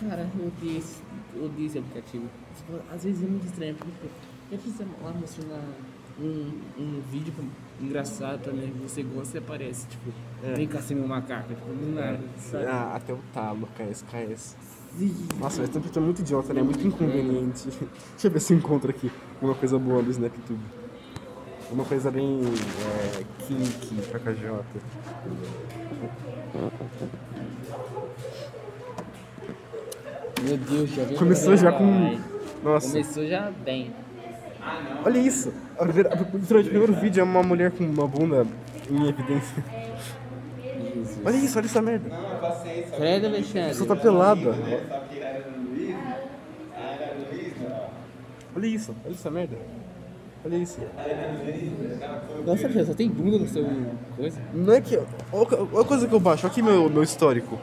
Speaker 1: Cara, eu odeio esse, eu odeio esse aplicativo. Tipo, Às vezes é muito estranho, porque tipo, eu preciso lá mostrando um, um vídeo pra- engraçado pra mim, que você gosta e aparece, tipo,
Speaker 3: É.
Speaker 1: vem cá ser meu macaco, tipo, do nada, sabe?
Speaker 3: Ah, até o talo, KS, KS.
Speaker 1: Sim.
Speaker 3: é Nossa, o SnapTube é muito idiota, né? É muito inconveniente. (laughs) Deixa eu ver se eu encontro aqui uma coisa boa do SnapTube. Uma coisa bem é, kinky, KKJ.
Speaker 1: Meu Deus, já vem
Speaker 3: Começou já com.
Speaker 1: Ai,
Speaker 3: Nossa,
Speaker 1: Começou já bem.
Speaker 3: olha isso! A primeira- a- O primeiro vídeo é uma mulher com uma bunda em evidência.
Speaker 1: Jesus.
Speaker 3: Olha isso, olha essa merda!
Speaker 1: Credo,
Speaker 3: A
Speaker 1: Alexandre.
Speaker 3: pessoa tá pelada! Olha isso, olha essa merda! Olha isso!
Speaker 1: Nossa, Alexandre, só tem bunda no seu coisa.
Speaker 3: Não é que. Olha a coisa que eu baixo, olha aqui meu, meu histórico.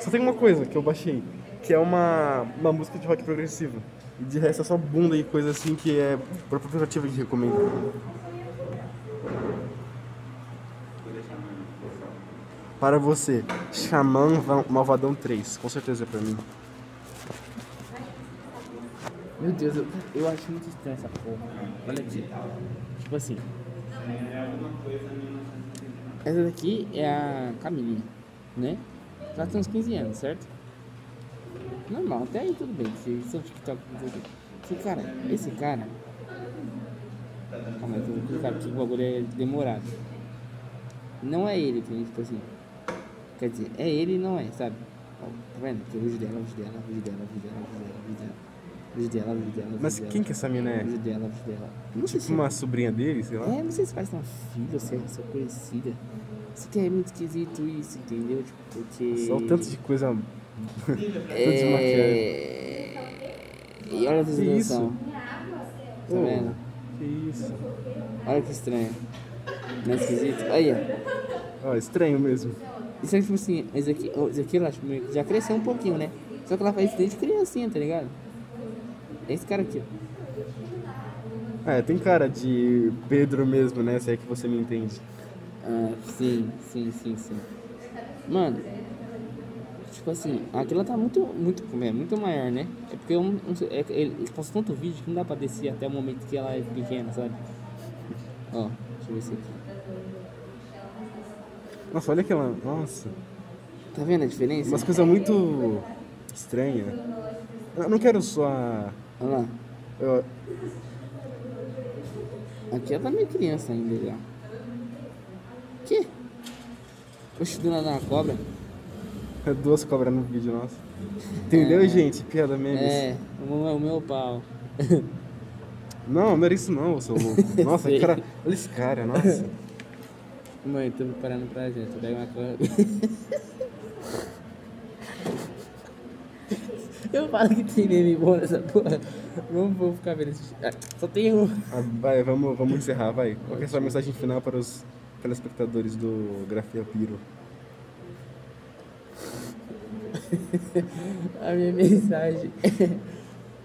Speaker 3: Só tem uma coisa que eu baixei, que é uma, uma música de rock progressivo. E de resto é só bunda e coisa assim que é própria aplicativo que recomenda. Para você, Xamã Va- Malvadão 3, com certeza é pra mim.
Speaker 1: Meu Deus, eu, eu acho muito estranho essa porra. Olha aqui. Tipo assim. Essa daqui é a Camille, né? Ela tem uns 15 anos, certo? Normal, até aí tudo bem. Se isso é o TikTok, tudo bem. Esse cara, esse cara. Calma aí, eu vou clicar porque o bagulho é demorado. Não é ele, que a gente, tipo assim. Quer dizer, é ele e não é, sabe? Ó, Tá vendo? Tem o vídeo dela, o vídeo dela, o vídeo dela, o vídeo dela, o vídeo dela, o vídeo dela, o vídeo dela. o vídeo
Speaker 3: Mas
Speaker 1: dela,
Speaker 3: quem que essa mina é?
Speaker 1: O vídeo dela, o vídeo dela. Não sei
Speaker 3: Tipo
Speaker 1: se
Speaker 3: uma sobrinha dele, sei lá.
Speaker 1: É, não sei se faz uma filha, se é pessoa conhecida. Isso que é muito esquisito isso, entendeu? Tipo, porque.
Speaker 3: Só o tanto de coisa. (laughs) tanto de maquiagem.
Speaker 1: É... E olha a
Speaker 3: Que Oh. isso?
Speaker 1: visualização. Tá
Speaker 3: Pô,
Speaker 1: vendo?
Speaker 3: Que isso.
Speaker 1: Olha que estranho. Não é esquisito? Olha.
Speaker 3: Ó, estranho mesmo.
Speaker 1: Isso é tipo assim, isso aqui, ó, isso aqui ela tipo, meio que já cresceu um pouquinho, né? Só que ela faz isso desde criancinha, tá ligado? É esse cara aqui, ó.
Speaker 3: É, tem cara de Pedro mesmo, né? Se é que você me entende.
Speaker 1: Ah, sim, sim, sim, sim. Mano, tipo assim, aqui ela tá muito, muito, como é, muito maior, né? É porque eu não- não sei, é que ele, ele postou tanto vídeo que não dá pra descer até o momento que ela é pequena, sabe? Ó, deixa eu ver isso aqui.
Speaker 3: Nossa, olha aquela. Nossa.
Speaker 1: Tá vendo a diferença?
Speaker 3: Umas coisas muito estranha. Eu não quero só.
Speaker 1: Olha lá.
Speaker 3: Eu...
Speaker 1: Aqui ela tá meio criança ainda, já. Que? Oxe, do nada uma cobra.
Speaker 3: Duas cobras no vídeo, nossa. Entendeu, gente? Piada memes.
Speaker 1: É, o meu, o meu pau.
Speaker 3: Não, não era isso não, seu
Speaker 1: (laughs)
Speaker 3: louco. Nossa,
Speaker 1: Sei.
Speaker 3: cara. Olha esse cara, nossa.
Speaker 1: Mãe, tô preparando pra gente. Pega uma corda. Eu falo que tem meme bom nessa porra. Vamos, vamos ficar vendo esse. Ah, só tem um.
Speaker 3: Ah, vai, vamos, vamos encerrar, vai. Qual que é a sua mensagem final para os telespectadores do Grafia Piro?
Speaker 1: A minha (laughs) mensagem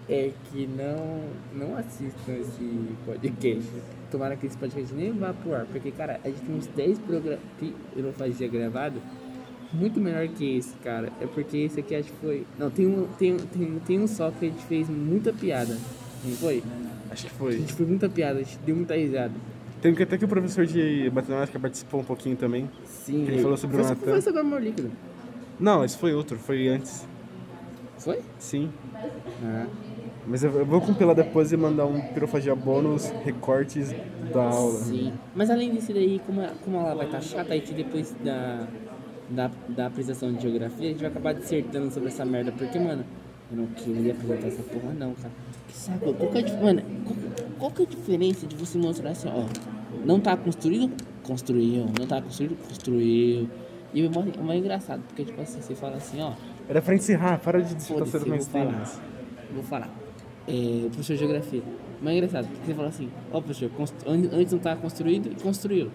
Speaker 1: é que não, não assistam esse podcast. Tomara que esse podcast nem vá pro ar, porque, cara, a gente tem uns 10 programas que eu não fazia gravado, muito melhor que esse, cara. É porque esse aqui acho que foi. Não, tem um, tem, um- tem, um- tem um só que a gente fez muita piada, não foi?
Speaker 3: Acho que
Speaker 1: A
Speaker 3: foi.
Speaker 1: gente fez muita piada, a gente deu muita risada.
Speaker 3: Tem que até que o professor de matemática participou um pouquinho também.
Speaker 1: Sim,
Speaker 3: Ele falou sobre
Speaker 1: foi,
Speaker 3: o
Speaker 1: so-
Speaker 3: Natan.
Speaker 1: Foi sobre o amor líquido.
Speaker 3: Não, esse foi outro, foi antes.
Speaker 1: Foi?
Speaker 3: Sim. É.
Speaker 1: Ah.
Speaker 3: Mas eu eu vou compilar depois e mandar um pirofagia bônus, recortes da aula.
Speaker 1: Sim. Mas além disso daí, como, a- como ela vai estar chata, a gente depois da, da, da apresentação de geografia, a gente vai acabar dissertando sobre essa merda. Porque, mano, eu não queria apresentar essa porra não, cara. Que saco. Qual que é, a dif- mano, qual- qual que é a diferença de você mostrar assim, ó, não tá construído? Construiu. Não tá construído? Construiu. E é mó, é mó engraçado, porque, tipo assim, você fala assim, ó...
Speaker 3: Era pra encerrar, para de disputar
Speaker 1: Foda-se,
Speaker 3: seus
Speaker 1: eu vou
Speaker 3: mais
Speaker 1: falar.
Speaker 3: temas.
Speaker 1: Vou falar. É, o professor de geografia. Mas é engraçado, porque você fala assim, ó professor, constru- an- antes não estava construído e construiu.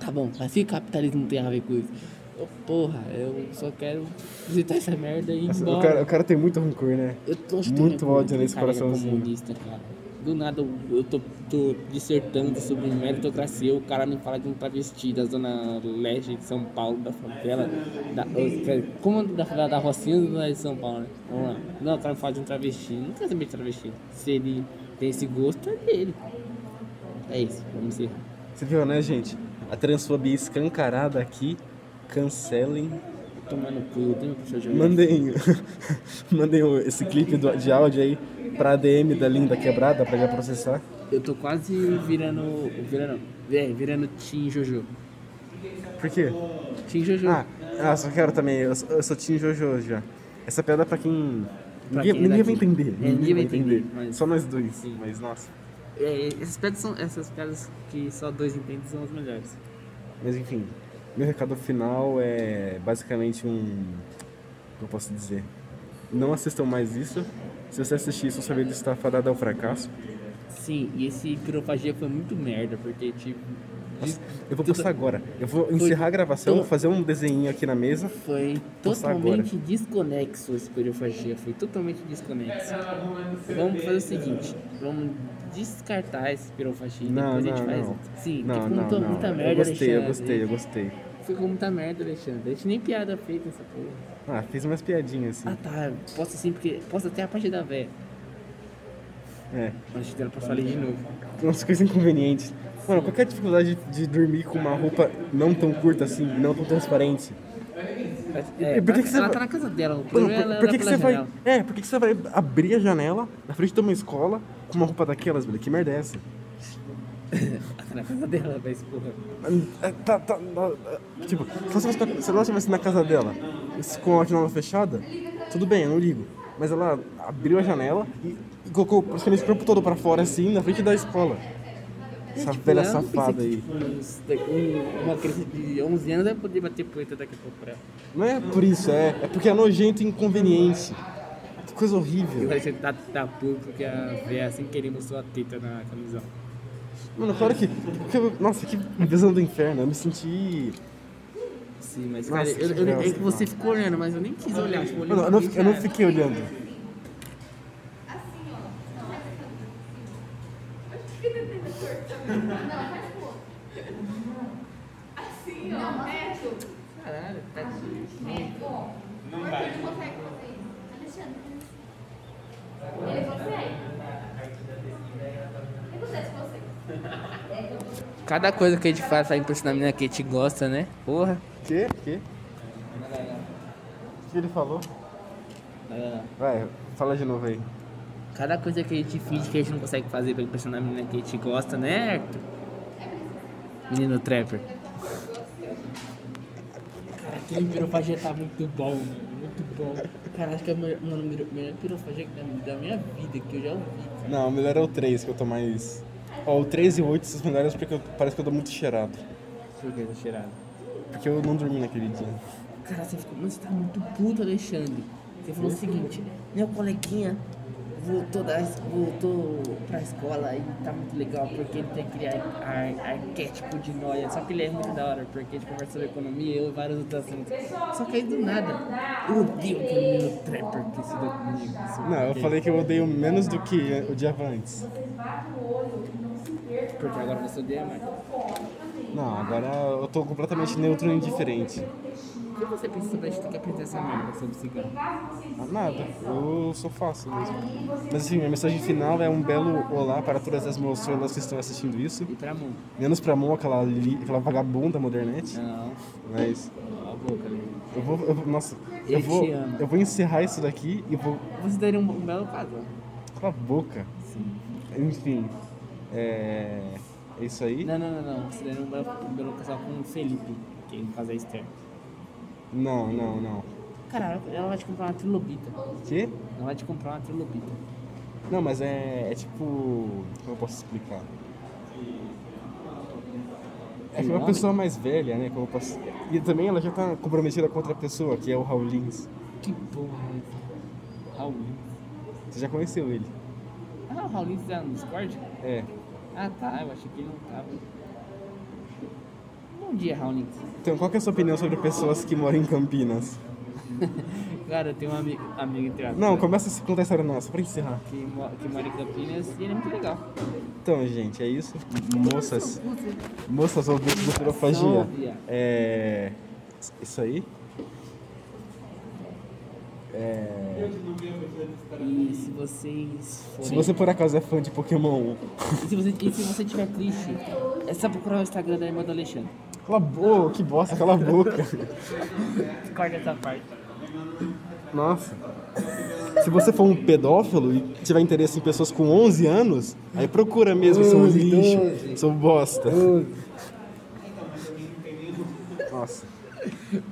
Speaker 1: Tá bom, mas se capitalismo tem a ver com isso? Ô, porra, eu só quero visitar essa merda e ir
Speaker 3: Nossa, O
Speaker 1: embora.
Speaker 3: cara, o cara tem muito rancor, né?
Speaker 1: Eu tô acho que
Speaker 3: Muito
Speaker 1: tem algum-
Speaker 3: ódio nesse
Speaker 1: cara que é
Speaker 3: coraçãozinho.
Speaker 1: comunista, cara. Do nada eu, eu tô, tô dissertando sobre meritocracia, o cara me fala de um travesti da zona leste de São Paulo, da favela, da, ô, pera, como é da favela da Rocinha da zona de São Paulo, né? Vamos lá. Não, o cara me fala de um travesti, não quero saber de travesti. Se ele tem esse gosto, é dele. É isso, vamos encerrar.
Speaker 3: Você viu, né, gente? A transfobia escancarada aqui. Cancelem.
Speaker 1: Tomar no cu, tem meu puxão de
Speaker 3: Mandem, (laughs) mandem o- esse clipe do- de áudio aí pra ADM da Linda Quebrada pra já processar.
Speaker 1: Eu tô quase virando. virando. É, virando Team Jojo.
Speaker 3: Por quê?
Speaker 1: Team Jojo.
Speaker 3: Ah, ah, só quero também. Eu, sou- eu sou Tim Jojo já. Essa piada é pra quem.
Speaker 1: Pra
Speaker 3: ninguém
Speaker 1: quem é
Speaker 3: ninguém vai
Speaker 1: daqui.
Speaker 3: entender.
Speaker 1: É, ninguém vai entender, mas-
Speaker 3: Só nós dois.
Speaker 1: Sim.
Speaker 3: Mas nossa.
Speaker 1: É, essas pedras são essas pedras que só dois entendem são as melhores.
Speaker 3: Mas enfim, meu recado final é basicamente um. o que eu posso dizer? Não assistam mais isso. Se você assistir isso, sua vida está fadada ao fracasso.
Speaker 1: Sim, e esse pirofagia foi muito merda, porque tipo.
Speaker 3: Nossa, eu vou postar agora. Eu vou encerrar a gravação,
Speaker 1: Tô-
Speaker 3: vou fazer um desenho aqui na mesa.
Speaker 1: Foi
Speaker 3: Passar
Speaker 1: totalmente desconexo esse pirofagia, foi totalmente desconexo. Vamos fazer o seguinte, vamos descartar esse pirofagia e
Speaker 3: Não,
Speaker 1: depois a gente
Speaker 3: não,
Speaker 1: faz.
Speaker 3: não.
Speaker 1: Sim, porque
Speaker 3: Não,
Speaker 1: ficou
Speaker 3: não,
Speaker 1: muita,
Speaker 3: não.
Speaker 1: muita
Speaker 3: eu
Speaker 1: merda,
Speaker 3: gostei, eu
Speaker 1: Alexandre.
Speaker 3: gostei, eu gostei.
Speaker 1: Ficou muita merda, Alexandre. A gente nem piada fez nessa porra.
Speaker 3: Ah, fiz umas piadinhas
Speaker 1: Ah
Speaker 3: assim.
Speaker 1: tá, posso sim, porque posso até a parte da véia.
Speaker 3: É.
Speaker 1: Mas a gente dela passar ali de novo.
Speaker 3: Umas coisas inconvenientes. Mano, qualquer dificuldade de, de dormir com uma roupa não tão curta assim, não tão transparente.
Speaker 1: É,
Speaker 3: E por que que você
Speaker 1: ela
Speaker 3: vai-
Speaker 1: tá na casa dela, o
Speaker 3: Mano,
Speaker 1: problema é
Speaker 3: por,
Speaker 1: ela
Speaker 3: por
Speaker 1: pela
Speaker 3: que, que você vai.
Speaker 1: janela.
Speaker 3: É, por que, que você vai abrir a janela na frente de uma escola com uma roupa daquelas, velho? Que merda é essa?
Speaker 1: na casa dela, da escorra.
Speaker 3: É, Tá, tá, ó, tipo, se você fosse- se ela estivesse na casa dela se- com a janela fechada, tudo bem, eu não ligo. Mas ela abriu a janela e, e colocou praticamente o corpo todo pra fora, assim, na frente da escola.
Speaker 1: Eu É, tipo,
Speaker 3: Essa velha
Speaker 1: não pensei
Speaker 3: safada
Speaker 1: que,
Speaker 3: aí.
Speaker 1: tipo, uns- um- uma criança de 11 anos vai poder bater poeta daqui a pouco pra ela.
Speaker 3: Não é por isso, é, é porque é nojento e inconveniente. Que coisa
Speaker 1: Eu
Speaker 3: horrível.
Speaker 1: falei que tá, tá público que a véia sem querer mostrou a teta na camisão.
Speaker 3: Mano, claro que. que eu- nossa, que visão do inferno. Eu me senti.
Speaker 1: Sim, mas
Speaker 3: Nossa,
Speaker 1: cara, eu,
Speaker 3: que
Speaker 1: eu- é
Speaker 3: grossa,
Speaker 1: que você ficou olhando, mas eu nem quis olhar. Tipo, olhei
Speaker 3: Mano, eu não,
Speaker 1: pra
Speaker 3: fi- eu não
Speaker 1: frente,
Speaker 3: fiquei olhando.
Speaker 4: Assim, ó, médio.
Speaker 1: ah, Caralho, tá
Speaker 4: Não vai. Não consegue fazer isso. Alexandre.
Speaker 2: Ele consegue.
Speaker 4: O que acontece com você?
Speaker 1: Cada coisa que a gente faz pra impressionar a menina que a gente gosta, né? Porra.
Speaker 3: Que? Que? O que ele falou? Vai, fala de novo aí.
Speaker 1: Cada coisa que a gente finge que a gente não consegue fazer pra impressionar a menina que a gente gosta, né, Arthur? Menino Trapper. Cara, aquele pirofagia tá muito bom, mano. Muito bom. Cara, acho que é o melhor, mano, o melhor- melhor pirofagia da, da minha vida, que eu já ouvi.
Speaker 3: Não, o melhor é o 3, que eu tô mais. Ó, o 3 e o 8 são os melhores porque eu, parece que eu tô muito cheirado.
Speaker 1: Por que tá cheirado?
Speaker 3: Porque eu não dormi naquele dia.
Speaker 1: Cara, você ficou, mas você tá muito puto, Alexandre. Você falou o seguinte, meu coleguinha voltou, da, es- voltou pra escola e tá muito legal porque ele tem aquele ar, ar- arquétipo de noia. Só que ele é muito da hora, porque a gente conversa sobre economia e eu e vários outros assuntos. Só que aí do nada, eu odeio aquele menino trapper que estudou comigo. não sei
Speaker 3: Não, eu
Speaker 1: por quê.
Speaker 3: falei que eu odeio menos do que o dia antes.
Speaker 1: Porque agora você odeia mais.
Speaker 3: Não, agora eu tô completamente neutro e indiferente.
Speaker 1: O que você pensa sobre a gente ter que aprender essa merda sobre cigano?
Speaker 3: Ah, Nada, eu sou fácil mesmo. Mas enfim, a mensagem final é um belo olá para todas as moçolas que estão assistindo isso.
Speaker 1: E pra mão?
Speaker 3: Menos pra mão, aquela, li- aquela vagabunda modernet.
Speaker 1: Não,
Speaker 3: Mas
Speaker 1: cala a boca, né? Alexandre.
Speaker 3: eu vou. eu vou- nossa,
Speaker 1: Eu
Speaker 3: eu vou,
Speaker 1: te amo.
Speaker 3: eu vou encerrar isso daqui e vou.
Speaker 1: Você daria um, um belo casal.
Speaker 3: Cala a boca.
Speaker 1: Sim.
Speaker 3: Enfim, é, é isso aí. Não.
Speaker 1: Não, não, não, não. Você daria um belo, um belo casal com o Felipe, que no caso é externo.
Speaker 3: não, não,
Speaker 1: Cara, ela vai te comprar uma trilobita.
Speaker 3: O quê?
Speaker 1: Ela vai te comprar uma trilobita.
Speaker 3: Não, mas é, é tipo. Como eu posso explicar? É que é uma
Speaker 1: Não,
Speaker 3: pessoa mais velha, né? Como eu posso... E também ela já tá comprometida com outra pessoa, que é o Raul Lins.
Speaker 1: Que porra é essa? Raulins.
Speaker 3: Você já conheceu ele?
Speaker 1: Ah, o Raulins tá no Discord?
Speaker 3: É.
Speaker 1: Ah, tá. Eu achei que ele não tava. Bom dia, Raulins.
Speaker 3: Então, qual que é a sua opinião sobre pessoas que moram em Campinas?
Speaker 1: Cara, eu tenho um amigo, amigo entre aspas,
Speaker 3: Não, começa a se contar a história nossa, pra encerrar.
Speaker 1: que, mo- que mora em Campinas e ele é muito legal.
Speaker 3: Então, gente, é isso. Moças. Moças ouvintes do Pirofagia. É. Isso aí. É...
Speaker 1: E se vocês forem...
Speaker 3: Se você por acaso é fã de Pokémon
Speaker 1: E se você, e se você tiver triste, é só procurar o Instagram da irmã do Alexandre.
Speaker 3: Cala a boca, que bosta, cala a boca.
Speaker 1: Corta é essa parte.
Speaker 3: Nossa. Se você for um pedófilo e tiver interesse em pessoas com 11 anos, aí procura mesmo, sou um
Speaker 1: Doze,
Speaker 3: lixo,
Speaker 1: doze.
Speaker 3: sou bosta. Nossa.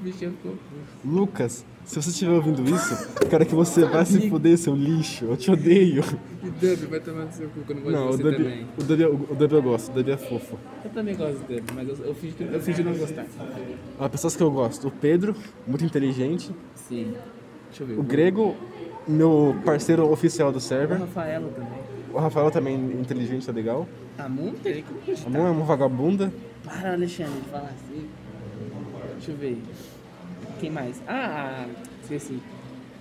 Speaker 1: Bicho, eu fico puto.
Speaker 3: Lucas, se você estiver ouvindo isso, eu quero que você vá se fuder, seu lixo. Eu te odeio.
Speaker 1: E Dub, vai tomar no seu cu, que eu não gosto
Speaker 3: Não, o
Speaker 1: de você
Speaker 3: Dabi,
Speaker 1: também.
Speaker 3: o, Dabi, o Dabi eu gosto, o Dabi é fofo.
Speaker 1: Eu também gosto de Dub, mas eu, eu, fingi, que- eu fingi não gostar.
Speaker 3: Ó, pessoas que eu gosto, o Pedro, muito inteligente,
Speaker 1: Sim. Deixa eu ver.
Speaker 3: o Grego, meu parceiro oficial do
Speaker 1: O
Speaker 3: server,
Speaker 1: Rafaelo também.
Speaker 3: o Rafael também inteligente, tá legal.
Speaker 1: A Moon tem que
Speaker 3: A mão é uma vagabunda.
Speaker 1: Para, Alexandre, de falar assim. Deixa eu ver. Quem mais? Ah, ah, esqueci.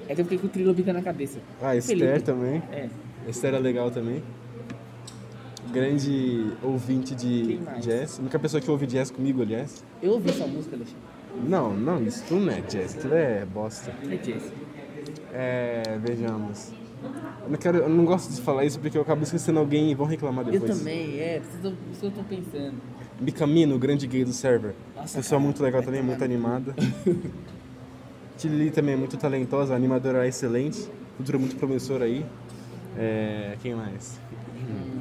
Speaker 1: É que eu fiquei com o Trilobita na cabeça.
Speaker 3: Ah, Esther
Speaker 1: Felipe.
Speaker 3: também.
Speaker 1: É.
Speaker 3: Esther é legal também. Grande ouvinte de
Speaker 1: Quem mais?
Speaker 3: jazz. A única pessoa que ouve jazz comigo, aliás.
Speaker 1: Eu ouvi sua música, Alexandre.
Speaker 3: Não, não, isso tudo não é jazz, tudo é bosta.
Speaker 1: É Jess.
Speaker 3: É, vejamos. Eu não, quero, eu não gosto de falar isso porque eu acabo esquecendo alguém e vão reclamar
Speaker 1: Eu
Speaker 3: depois.
Speaker 1: também, é. Preciso, isso que eu tô pensando.
Speaker 3: Micamino, grande gay do server.
Speaker 1: Nossa,
Speaker 3: Pessoa
Speaker 1: cara,
Speaker 3: muito legal
Speaker 1: vai
Speaker 3: também,
Speaker 1: tomar
Speaker 3: muito
Speaker 1: no
Speaker 3: animada.
Speaker 1: (laughs)
Speaker 3: Tilly também é muito talentosa, animadora excelente, futuro muito promissor aí. É, quem mais?
Speaker 1: Hum.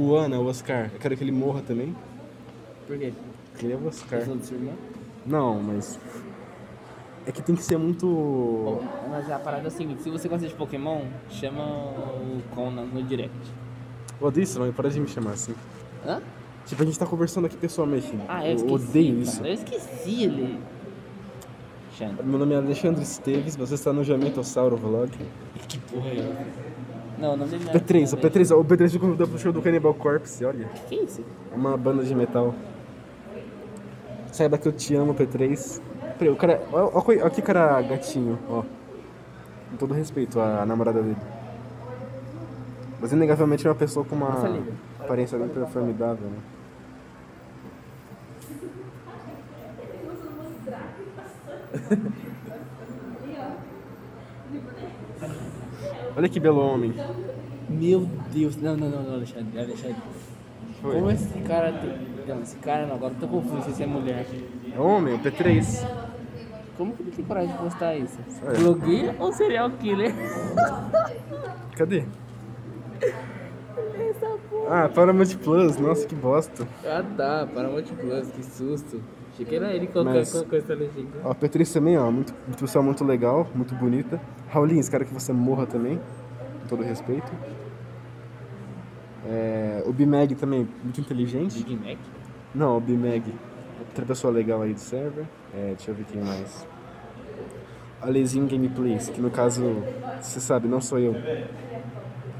Speaker 3: O Ana, o Oscar, eu quero que ele morra também.
Speaker 1: Por quê?
Speaker 3: Porque ele é o Oscar.
Speaker 1: Eles não sua irmã?
Speaker 3: Não, mas. É que tem que ser muito.
Speaker 1: Bom, mas a parada é o seguinte, se você gosta de Pokémon, chama o Conan no direct.
Speaker 3: Eu odeio isso, mano. Para de me chamar assim.
Speaker 1: Hã?
Speaker 3: Tipo, a gente tá conversando aqui pessoalmente.
Speaker 1: Ah, eu esqueci.
Speaker 3: odeio
Speaker 1: cara.
Speaker 3: isso.
Speaker 1: Eu esqueci ele. Xandro.
Speaker 3: Meu nome é Alexandre Esteves, você está no Jamentossauro Vlog.
Speaker 1: Que porra é essa? Não, não é lembro.
Speaker 3: P3, o P3, ó, o P3 me convidou pro show do Cannibal Corpse, olha.
Speaker 1: Que isso?
Speaker 3: É Uma banda de metal. Saiba que eu te amo, P3. Peraí, o cara. Olha ó, coi- ó que cara gatinho, ó. Com todo respeito à namorada dele. Mas inegavelmente é uma pessoa com uma
Speaker 1: Nossa, linda.
Speaker 3: aparência bem formidável, né? (laughs) Olha que belo homem.
Speaker 1: Meu Deus. Não, não, não, não, Alexandre. Alexandre.
Speaker 3: Foi.
Speaker 1: Como esse cara tem... Não, esse cara não. Agora eu tô confuso se você é mulher.
Speaker 3: É homem, o P3.
Speaker 1: Como que ele tem coragem de postar isso?
Speaker 3: É.
Speaker 1: Blogueiro ou serial killer? (laughs)
Speaker 3: Cadê? Ah, Paramount Plus, nossa, que bosta.
Speaker 1: ah tá, para Plus, que susto. Achei que era ele colocando
Speaker 3: Mas-
Speaker 1: qualquer coisa legenda.
Speaker 3: Ó, a P3 também, ó, muito, muito pessoal muito legal, muito bonita. Raulinho, espero que você morra também, com todo respeito. É, o Bimeg também, muito inteligente.
Speaker 1: Big Mac?
Speaker 3: Não, o Bimeg, outra pessoa legal aí do server. É, deixa eu ver quem mais. A Lezinho Gameplays, que no caso, você sabe, não sou eu.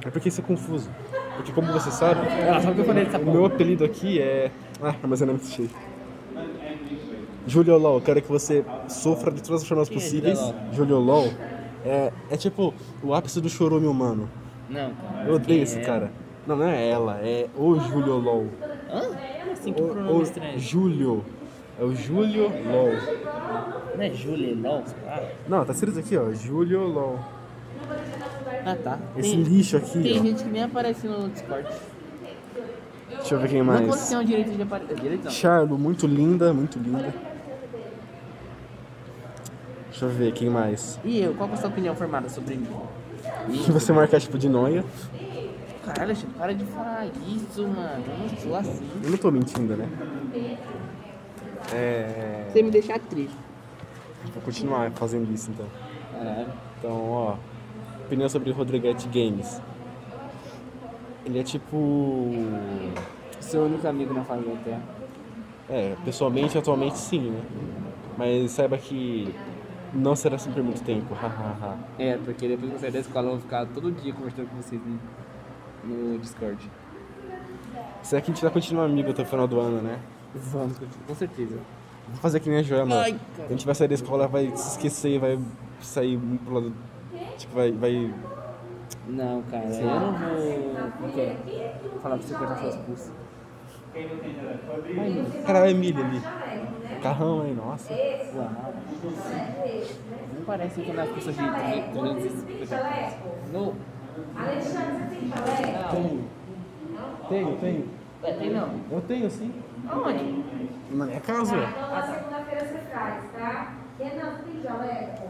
Speaker 3: É porque isso é confuso. Porque como você sabe,
Speaker 1: Ah, sabe o que eu falei dessa
Speaker 3: o meu apelido aqui é. Ah, armazenamento cheio. Julio LOL, eu quero que você sofra de todas as formas
Speaker 1: Quem é
Speaker 3: possíveis.
Speaker 1: Julio LOL?
Speaker 3: Julio LOL é, é tipo o ápice do chorume humano.
Speaker 1: Não, cara.
Speaker 3: Eu odeio
Speaker 1: Quem
Speaker 3: esse
Speaker 1: é?
Speaker 3: cara. Não, não é ela, é o Julio LOL.
Speaker 1: Hã? Como assim? Que
Speaker 3: O,
Speaker 1: pronome
Speaker 3: o
Speaker 1: estranho?
Speaker 3: Júlio. É o Júlio LOL.
Speaker 1: Não é Julie LOL? sei lá.
Speaker 3: Não, tá escrito aqui, ó. Júlio LOL.
Speaker 1: Ah, tá.
Speaker 3: Esse
Speaker 1: Tem-
Speaker 3: lixo aqui,
Speaker 1: Tem
Speaker 3: ó.
Speaker 1: gente que nem aparece no Discord.
Speaker 3: Deixa eu ver quem
Speaker 1: Não quando
Speaker 3: mais.
Speaker 1: tem o é um direito de aparecer. Direito não.
Speaker 3: Então. Charlo, muito linda, muito linda. Deixa eu ver quem mais. (laughs)
Speaker 1: E eu, qual que é a sua opinião formada sobre mim?
Speaker 3: Que você marcar tipo de noia.
Speaker 1: Caralho, Alexandre, para de falar isso, mano. Eu não sou assim.
Speaker 3: Eu não tô mentindo, né? É.
Speaker 1: Você me deixa triste.
Speaker 3: Vou continuar fazendo isso então.
Speaker 1: Caralho.
Speaker 3: Então, ó. Opinião sobre o Rodriguete Games. Ele é tipo.
Speaker 1: Seu único amigo na face da Terra.
Speaker 3: É, pessoalmente, atualmente sim, né? Mas saiba que não será sempre muito tempo, hahaha.
Speaker 1: É, porque depois que eu sair da escola eu vou ficar todo dia conversando com vocês no, no Discord.
Speaker 3: Será que a gente vai continuar amigo até o final do ano, né?
Speaker 1: Vamos, continuar, com certeza.
Speaker 3: Vou fazer que nem a Joelma.
Speaker 1: Ai,
Speaker 3: a gente vai sair da escola, vai se esquecer, vai sair um pro lado. Tipo, vai. vai...
Speaker 1: Não, cara, eu não vou. Como que é? Vou falar pra você cortar suas pulsas.
Speaker 3: Caralho, a Emília ali. Carrão aí, nossa.
Speaker 1: Uau. Não parece que é uma pulsa de 350. No.
Speaker 2: Alexandre, você tem chaleco?
Speaker 3: Tenho, tenho.
Speaker 1: É, tem não.
Speaker 3: Eu tenho sim.
Speaker 1: Aonde?
Speaker 3: Na minha casa,
Speaker 2: Tá, então na segunda-feira você traz, tá? Renan, você tem jaleco?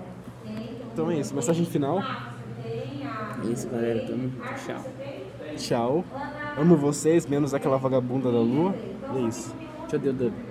Speaker 2: Tem.
Speaker 3: Então é isso, mensagem final.
Speaker 2: Marcos, você tem a...
Speaker 1: É isso, galera. Tamo junto.
Speaker 2: Arthur,
Speaker 1: Tchau.
Speaker 2: você tem?
Speaker 3: Tchau. Amo vocês, menos aquela vagabunda da lua. E é isso.
Speaker 1: Deixa eu dar o dub.